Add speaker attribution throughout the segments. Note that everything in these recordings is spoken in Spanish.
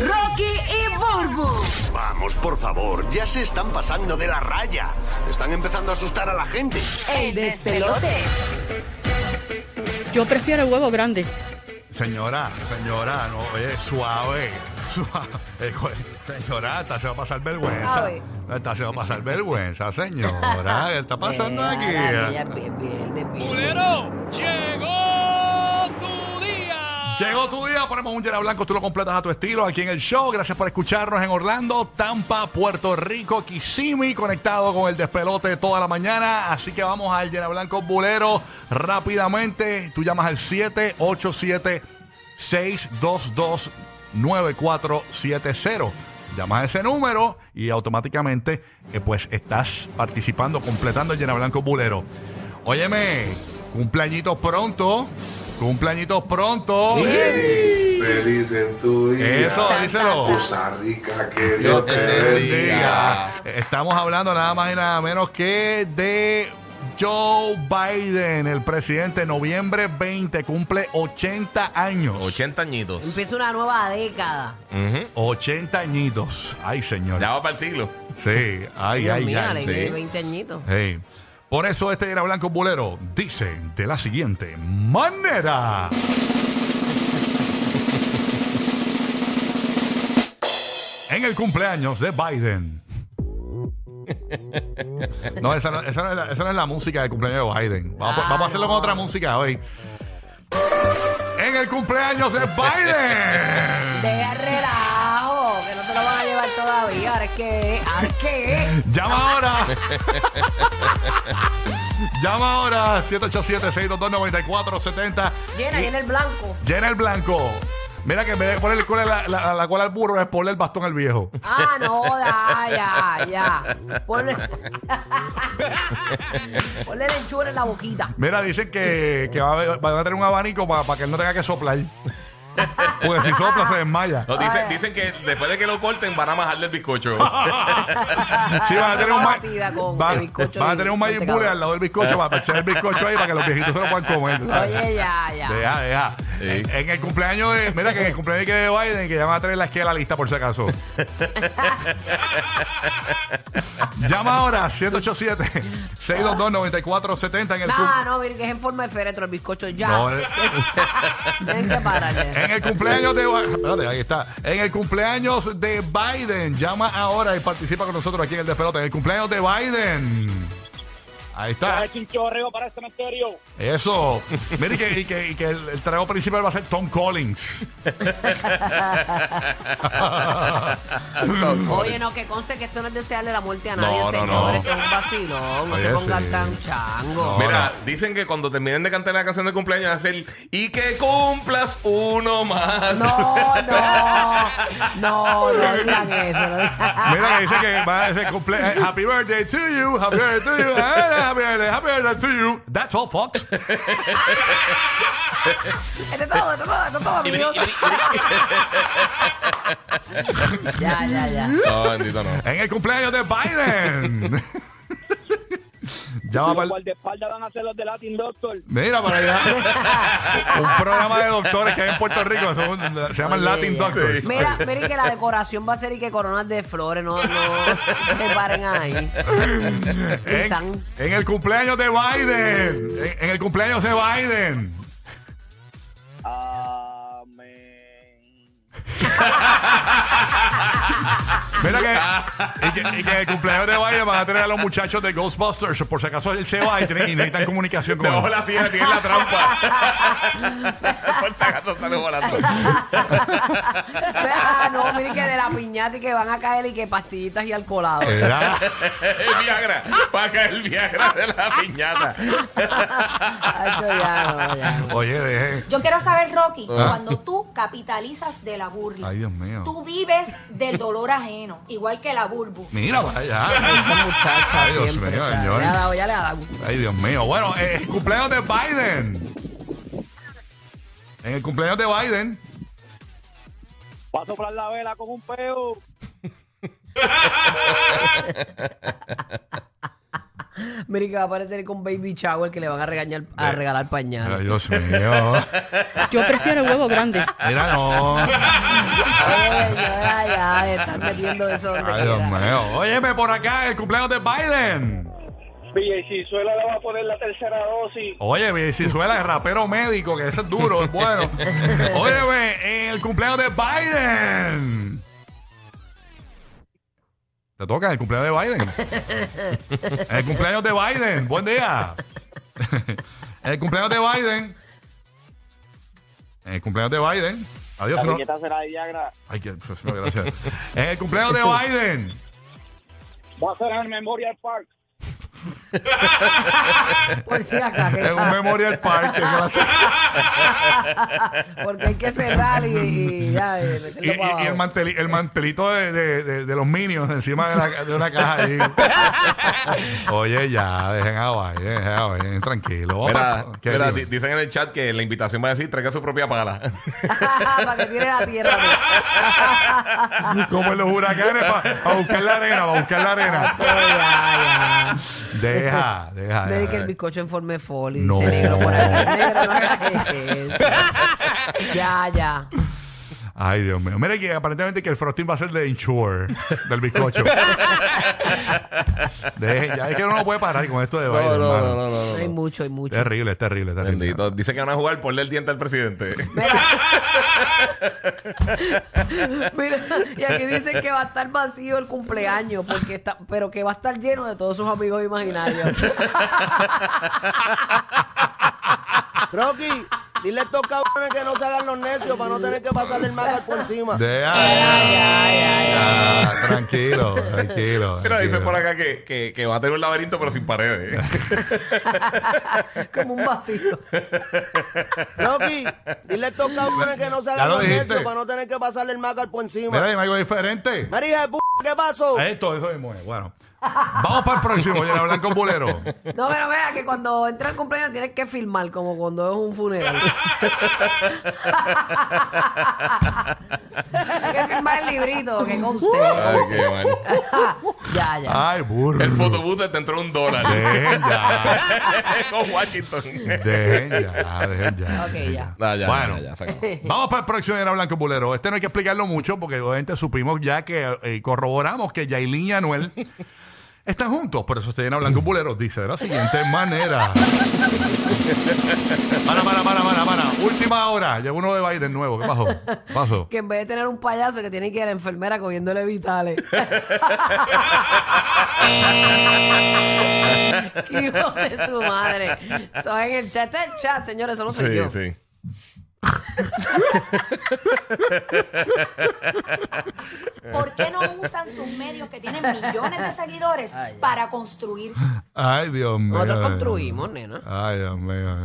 Speaker 1: Rocky y Burbu.
Speaker 2: Vamos, por favor, ya se están pasando de la raya. Están empezando a asustar a la gente.
Speaker 1: El despelote.
Speaker 3: Yo prefiero el huevo grande.
Speaker 4: Señora, señora, no, oye, suave. suave. Eh, co- Señora, esta se va a pasar vergüenza.
Speaker 5: Suave.
Speaker 4: Esta se va a pasar vergüenza, señora. ¿Qué está pasando
Speaker 5: Eh,
Speaker 4: aquí?
Speaker 5: ahora que ya pi- piel de piel.
Speaker 6: ¡Culero! ¡Llegó tu día!
Speaker 4: Llegó tu día, ponemos un Yera Blanco, tú lo completas a tu estilo aquí en el show. Gracias por escucharnos en Orlando, Tampa, Puerto Rico, Kissimmee, conectado con el despelote toda la mañana. Así que vamos al Yera Blanco Bulero rápidamente. Tú llamas al 787-622-9470. Llamas a ese número y automáticamente eh, pues estás participando, completando el Llena Blanco Bulero. Óyeme, cumpleañitos pronto. Cumpleañitos pronto.
Speaker 7: Feliz en tu día.
Speaker 4: Eso, díselo.
Speaker 7: Cosa rica, que Dios te bendiga.
Speaker 4: Estamos hablando nada más y nada menos que de Joe Biden, el presidente, noviembre 20, cumple 80 años.
Speaker 8: 80 añitos.
Speaker 5: Empieza una nueva década.
Speaker 4: 80 añitos. Ay, señor.
Speaker 8: Ya va para el siglo.
Speaker 4: Sí, ay,
Speaker 5: Dios
Speaker 4: ay,
Speaker 5: mío,
Speaker 4: ay.
Speaker 5: le
Speaker 4: sí.
Speaker 5: tiene 20 añitos.
Speaker 4: Hey. Por eso este era Blanco Bulero dice de la siguiente manera. en el cumpleaños de Biden. No, esa no, esa no es, la, esa no es la música del cumpleaños de Biden. Vamos, a-
Speaker 5: Ah,
Speaker 4: vamos a hacerlo
Speaker 5: no.
Speaker 4: con otra música hoy. En el cumpleaños de Biden.
Speaker 5: Deja el relajo, que no se lo van a llevar todavía. Ahora es que, ahora es que.
Speaker 4: Llama ahora. Llama ahora 787-622-9470.
Speaker 5: Llena, llena el blanco.
Speaker 4: Llena el blanco. Mira que en vez de ponerle cola, la, la- la cola al burro, es ponerle el bastón al viejo.
Speaker 5: Ah, no, da, ya, ya. Ponle, ponle lechura en la boquita.
Speaker 4: Mira, dicen que, que va, a haber- van a tener un abanico para que él no tenga que soplar. Porque si sopla se desmaya.
Speaker 8: No, dicen, dicen que después de que lo corten van a bajarle el bizcocho.
Speaker 4: Sí, van a tener un, ma-
Speaker 5: Batida con-
Speaker 4: va-
Speaker 5: de bizcocho
Speaker 4: van a
Speaker 5: y-
Speaker 4: tener un
Speaker 5: y este
Speaker 4: Magic
Speaker 5: mantecado.
Speaker 4: Bullet al lado del bizcocho para echar el bizcocho ahí para que los viejitos se lo puedan comer. ¿sabes?
Speaker 5: Oye, ya, ya.
Speaker 4: Deja, deja.
Speaker 8: Sí.
Speaker 4: En, en el cumpleaños de. Mira que en el cumpleaños que de Biden, que ya van a tener la esquina de la lista por si acaso. Llama ahora, 787-622-9470 en el cum-
Speaker 5: Ah, No, no, miren que es en forma de féretro el bizcocho, ya.
Speaker 4: No, eh.
Speaker 5: Tienen que parar ya.
Speaker 4: En el cumpleaños de espérate, ahí está. En el cumpleaños de Biden. Llama ahora y participa con nosotros aquí en el despelote. En el cumpleaños de Biden. Ahí está.
Speaker 6: para el cementerio.
Speaker 4: Eso. Mira y que, y que- y que el, el trago principal va a ser Tom Collins.
Speaker 5: Oye, no, que conste que esto no es desearle la muerte a nadie,
Speaker 8: No, no,
Speaker 5: señores. Esto
Speaker 8: no.
Speaker 5: es un vacilón. No
Speaker 4: Oye,
Speaker 5: se pongan
Speaker 4: sí.
Speaker 5: tan chango.
Speaker 8: Mira, dicen que cuando terminen de cantar la canción de cumpleaños van a hacer y que cumplas uno más.
Speaker 5: Oh, No, no. No, no digan eso. no digan-
Speaker 4: Mira que dice que va a ser cumple eh, Happy birthday to you. Happy birthday to you. eh, Happy birthday, happy birthday to you. That's all, Fox.
Speaker 5: Esto es todo, esto es todo, esto es todo, amigos. Ya, ya, ya.
Speaker 8: No, bendito no.
Speaker 4: En el cumpleaños de Biden. Llama para el-
Speaker 6: de espalda van a ser los de Latin Doctor.
Speaker 4: Mira para allá. un programa de doctores que hay en Puerto Rico. son- se llaman
Speaker 5: Oye,
Speaker 4: Latin
Speaker 5: ya.
Speaker 4: Doctors.
Speaker 5: Mira, mira que la decoración va a ser y que coronas de flores, no, no se paren ahí.
Speaker 4: En,
Speaker 5: Pisan.
Speaker 4: en el cumpleaños de Biden. En, en el cumpleaños de Biden.
Speaker 6: Amén.
Speaker 4: Mira que, y que, y que en el cumpleaños de Biden van a tener a los muchachos de Ghostbusters. Por si acaso él se va y, tienen- y necesitan comunicación con
Speaker 8: Debajo
Speaker 4: él.
Speaker 8: la silla tiene la trampa. Por si acaso sale volando.
Speaker 5: Ah, no, mira que de la piñata y que van a caer y que pastillitas y alcoholado.
Speaker 4: Era-
Speaker 8: El Viagra. Va a caer el Viagra de la piñata.
Speaker 5: Hacho, ya, no, ya, no.
Speaker 4: Oye, deje.
Speaker 9: Yo quiero saber, Rocky,
Speaker 4: Ah.
Speaker 9: cuando tú capitalizas de la burla,
Speaker 4: Ay, Dios mío.
Speaker 9: tú vives del dolor ajeno, igual que la burbu.
Speaker 4: Mira, vaya.
Speaker 5: Esta muchacha
Speaker 4: Ay, Dios
Speaker 5: siempre.
Speaker 4: mío,
Speaker 5: o sea,
Speaker 4: señor.
Speaker 5: le ha dado, ya le ha dado.
Speaker 4: Ay, Dios mío. Bueno, eh, el cumpleaños de Biden. En el cumpleaños de Biden.
Speaker 6: Va a soplar la vela con un peo.
Speaker 5: Mira que va a aparecer ahí con Baby Shower que le van a, regañar, a regalar
Speaker 4: Ay,
Speaker 5: pañal.
Speaker 4: Dios mío.
Speaker 3: Yo prefiero el huevo grande.
Speaker 4: Mira, no.
Speaker 5: Ay, ay, ay, están metiendo eso donde
Speaker 4: Ay, Dios
Speaker 5: quiera.
Speaker 4: mío. Óyeme, por acá, el cumpleaños de Biden.
Speaker 6: Villa y Suela le va a poner la tercera dosis.
Speaker 4: Oye, Vicizuela, el rapero médico, que ese es duro, es bueno. Óyeme, el cumpleaños de Biden. Te toca el cumpleaños de Biden. El cumpleaños de Biden. Buen día. El cumpleaños de Biden. El cumpleaños de Biden. Adiós.
Speaker 6: La
Speaker 4: si no-
Speaker 6: viñeta será de Viagra.
Speaker 4: Ay, que, Dios mío, gracias. El cumpleaños de Biden.
Speaker 6: Va a ser en el Memorial Park.
Speaker 5: Por si acaso,
Speaker 4: Es un Memorial Park. que gracias.
Speaker 5: porque hay que cerrar y, y ya, eh,
Speaker 4: Y,
Speaker 5: meterlo
Speaker 4: y-
Speaker 5: para
Speaker 4: y el,
Speaker 5: abajo.
Speaker 4: manteli- el mantelito de, de- de- de los minions encima de, la- de una caja ahí. Oye, ya, dejen a Biden, dejen a Biden, tranquilo. Vamos
Speaker 8: Mira,
Speaker 4: pa- ¿Qué
Speaker 8: mira, di-
Speaker 4: digo?
Speaker 8: dicen en el chat que la invitación va a decir traiga su propia pala.
Speaker 5: para que tire la tierra.
Speaker 4: Como en los huracanes, para buscar la arena, para buscar la arena.
Speaker 5: Nacho, ya,
Speaker 4: Deja, deja. deja,
Speaker 5: Mira que el
Speaker 4: deja.
Speaker 5: bizcocho en forma de folio y
Speaker 4: No.
Speaker 5: dice negro por ahí. Negro, no hagas eso. Ya, ya.
Speaker 4: Ay, Dios mío. Mira que aparentemente que el frosting va a ser de Insure, del bizcocho. Dejen ya, es que uno no puede parar con esto de Biden, hermano.
Speaker 5: No hay mucho, hay mucho.
Speaker 4: Terrible, es terrible, es terrible.
Speaker 8: Bendito. Dice que van a jugar por el diente al presidente.
Speaker 5: Mira, y aquí dicen que va a estar vacío el cumpleaños, porque está, pero que va a estar lleno de todos sus amigos imaginarios.
Speaker 10: Rocky, dile a estos cabrones que no se hagan los necios para no tener que pasarle el macar por encima.
Speaker 4: Deja, Ya, tranquilo, tranquilo.
Speaker 8: Mira, dice
Speaker 4: tranquilo.
Speaker 8: por acá que, que, que va a tener un laberinto pero sin paredes. ¿eh?
Speaker 5: Como un vacío.
Speaker 10: Rocky, dile a estos cabrones que no se
Speaker 4: Ya
Speaker 10: hagan
Speaker 4: lo
Speaker 10: los
Speaker 4: dijiste.
Speaker 10: necios para no tener que pasarle el macar por
Speaker 4: Mira,
Speaker 10: encima.
Speaker 4: dime algo diferente.
Speaker 10: Mira, hija de p, ¿qué pasó?
Speaker 4: Esto, eso mismo es. Bueno, vamos para el próximo. Oye, hablar con Bulero.
Speaker 5: No, pero vea que cuando entra el cumpleaños tienes que filmar, como cuando es un funeral. Hay que firmar el librito, que conste.
Speaker 8: Ay, qué mal.
Speaker 5: ya, ya.
Speaker 4: Ay, burro.
Speaker 8: El fotobús te entró un dólar.
Speaker 4: Dejen ya.
Speaker 8: Con Washington.
Speaker 4: Dejen ya, dejen ya.
Speaker 5: Ok,
Speaker 4: dejen
Speaker 5: ya.
Speaker 8: No, Ah, ya,
Speaker 4: Bueno.
Speaker 8: ya, ya, se acabó.
Speaker 4: Vamos para el próximo era Blanco Bulero. Este no hay que explicarlo mucho porque obviamente supimos ya que eh, corroboramos que Yailin y Anuel están juntos. Por eso este llena Blanco Bulero dice de la siguiente manera. Para, para, para, para, para. Última hora. Llegó uno de Biden nuevo. ¿Qué pasó? ¿Qué pasó?
Speaker 5: Que en vez de tener un payaso que tiene que ir a la enfermera cogiéndole vitales. ¡Qué hijo de su madre! Eso es en el chat. Este es el chat, señores, eso no soy yo.
Speaker 8: Sí, sí.
Speaker 9: ¿Por qué no usan sus medios que tienen millones de seguidores para construir?
Speaker 4: Ay, Dios mío.
Speaker 5: Nosotros construimos, nena.
Speaker 4: Ay, Dios mío.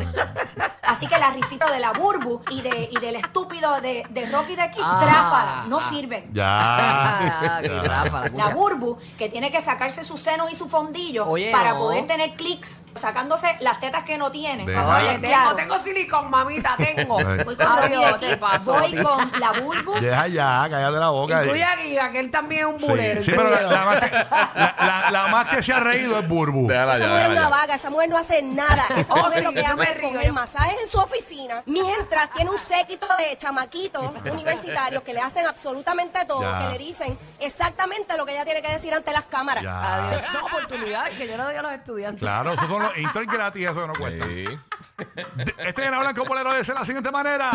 Speaker 9: Así que la risita de la Burbu y, de, y del estúpido de, de Rocky de aquí,
Speaker 5: Ah.
Speaker 9: tráfala, no sirven.
Speaker 4: Ya.
Speaker 5: Ah, qué tráfala,
Speaker 9: La
Speaker 5: escucha.
Speaker 9: Burbu que tiene que sacarse sus senos y su fondillo
Speaker 5: Oye,
Speaker 9: para
Speaker 5: no.
Speaker 9: poder tener clics, sacándose las tetas que no tiene.
Speaker 4: Deja.
Speaker 9: Vamos a
Speaker 5: Oye,
Speaker 9: hablar
Speaker 5: tengo,
Speaker 9: claro.
Speaker 5: tengo silicón, mamita, tengo.
Speaker 4: Ay.
Speaker 9: Voy con Rocky de
Speaker 5: Adiós,
Speaker 9: aquí,
Speaker 5: te paso.
Speaker 9: voy con la Burbu.
Speaker 4: Deja ya, cállate la boca.
Speaker 5: Incluye a Giga, que él también es un
Speaker 4: Sí,
Speaker 5: bulero.
Speaker 4: sí, pero la,
Speaker 5: incluyelo.
Speaker 4: la más que, la- la- la más que se ha reído es Burbu.
Speaker 8: Déjala ya, déjala ya.
Speaker 10: vaga, esa mujer no hace nada.
Speaker 5: Esa mujer Oh, sí, lo que yo me hace es río, coger yo-
Speaker 10: masajes en su oficina, mientras tiene un séquito de chamaquitos universitarios que le hacen absolutamente todo,
Speaker 4: Ya. que le
Speaker 10: dicen exactamente lo que ella tiene que decir ante las cámaras.
Speaker 4: Ya.
Speaker 5: Adiós, esas oportunidades que yo le doy a los estudiantes.
Speaker 4: Claro, esos son los intern gratis, eso no cuesta.
Speaker 8: Sí.
Speaker 4: De- Este era Blanco Bolero dice de la siguiente manera.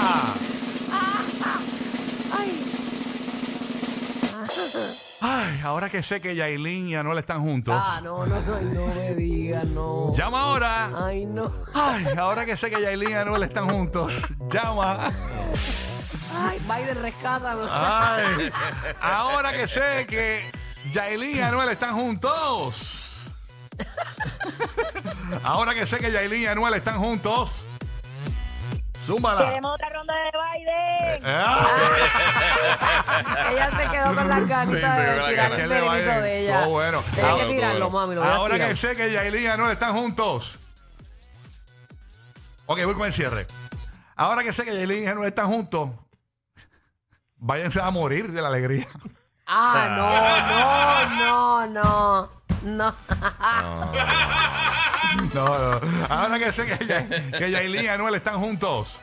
Speaker 4: Ay, ahora que sé que Yailin y Anuel están juntos.
Speaker 5: Ah, no, no, no, no me digas, no.
Speaker 4: Llama ahora.
Speaker 5: Ay, no.
Speaker 4: Ay, ahora que sé que Yailin y Anuel están juntos. Llama.
Speaker 5: Ay, Biden, rescátanos.
Speaker 4: Ay, ahora que sé que Yailin y Anuel están juntos. Ahora que sé que Yailin y Anuel están juntos. Zúmbala.
Speaker 10: otra ronda de Biden.
Speaker 4: Ah.
Speaker 5: Ella se quedó con las
Speaker 8: Sí, se
Speaker 5: ganitas
Speaker 8: quedó con
Speaker 5: de
Speaker 8: las
Speaker 5: tirar
Speaker 8: ganas.
Speaker 5: el
Speaker 4: Que le vaya
Speaker 5: pelito de
Speaker 4: bien.
Speaker 5: ella.
Speaker 4: Todo bueno. Ah,
Speaker 5: Tenía que
Speaker 8: Todo
Speaker 5: tirarlo,
Speaker 8: bueno.
Speaker 5: mami. Lo
Speaker 4: Ahora que
Speaker 5: que
Speaker 4: sé que Yailin y Anuel están juntos. Ok, voy con el cierre. Ahora que sé que Yailin y Anuel están juntos, váyanse a morir de la alegría.
Speaker 5: Ah, no, no, no, no. No.
Speaker 8: No.
Speaker 4: No, no. Ahora que sé que, Ya- que Yailin y Anuel están juntos.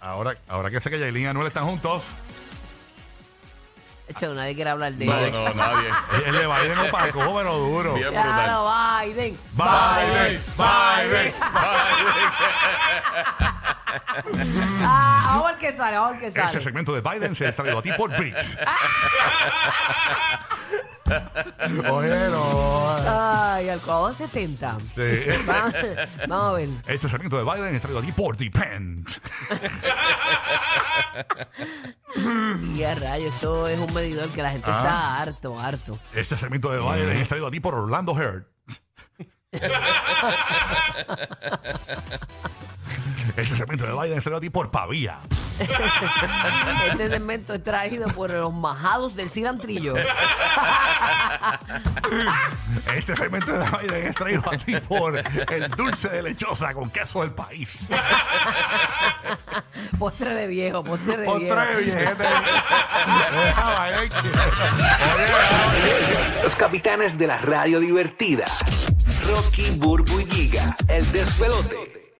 Speaker 4: Ahora, ahora que sé que Yailin y Anuel están juntos.
Speaker 5: Hecho, nadie quiere hablar de
Speaker 8: No,
Speaker 5: él.
Speaker 8: no, nadie.
Speaker 4: El de Biden opacó, pero duro.
Speaker 8: Bien
Speaker 5: Ya
Speaker 8: brutal.
Speaker 5: lo Biden.
Speaker 4: Biden, Biden.
Speaker 5: Ah, ahora el que sale, ahora el que
Speaker 4: Este
Speaker 5: sale.
Speaker 4: segmento de Biden se ha traído a ti por Briggs. Oye, no.
Speaker 5: Ay, al cuadro 70.
Speaker 4: Sí.
Speaker 5: Vamos, vamos a ver.
Speaker 4: Este segmento de Biden es traído a ti por Depend.
Speaker 5: Y a rayo, esto es un medidor que la gente está harto, harto.
Speaker 4: Este segmento de Biden es traído a ti por Orlando Heard. Este segmento de Biden es traído a ti por Pavía.
Speaker 5: Este segmento es traído por los majados del cilantrillo.
Speaker 4: Este segmento de Biden es traído a ti por el dulce de lechosa con queso del país.
Speaker 5: Postre de viejo, postre de viejo.
Speaker 4: Otra vez, gente. Deja Biden
Speaker 7: Los capitanes de la radio divertida. Rocky, Burbu y Giga. El despelote.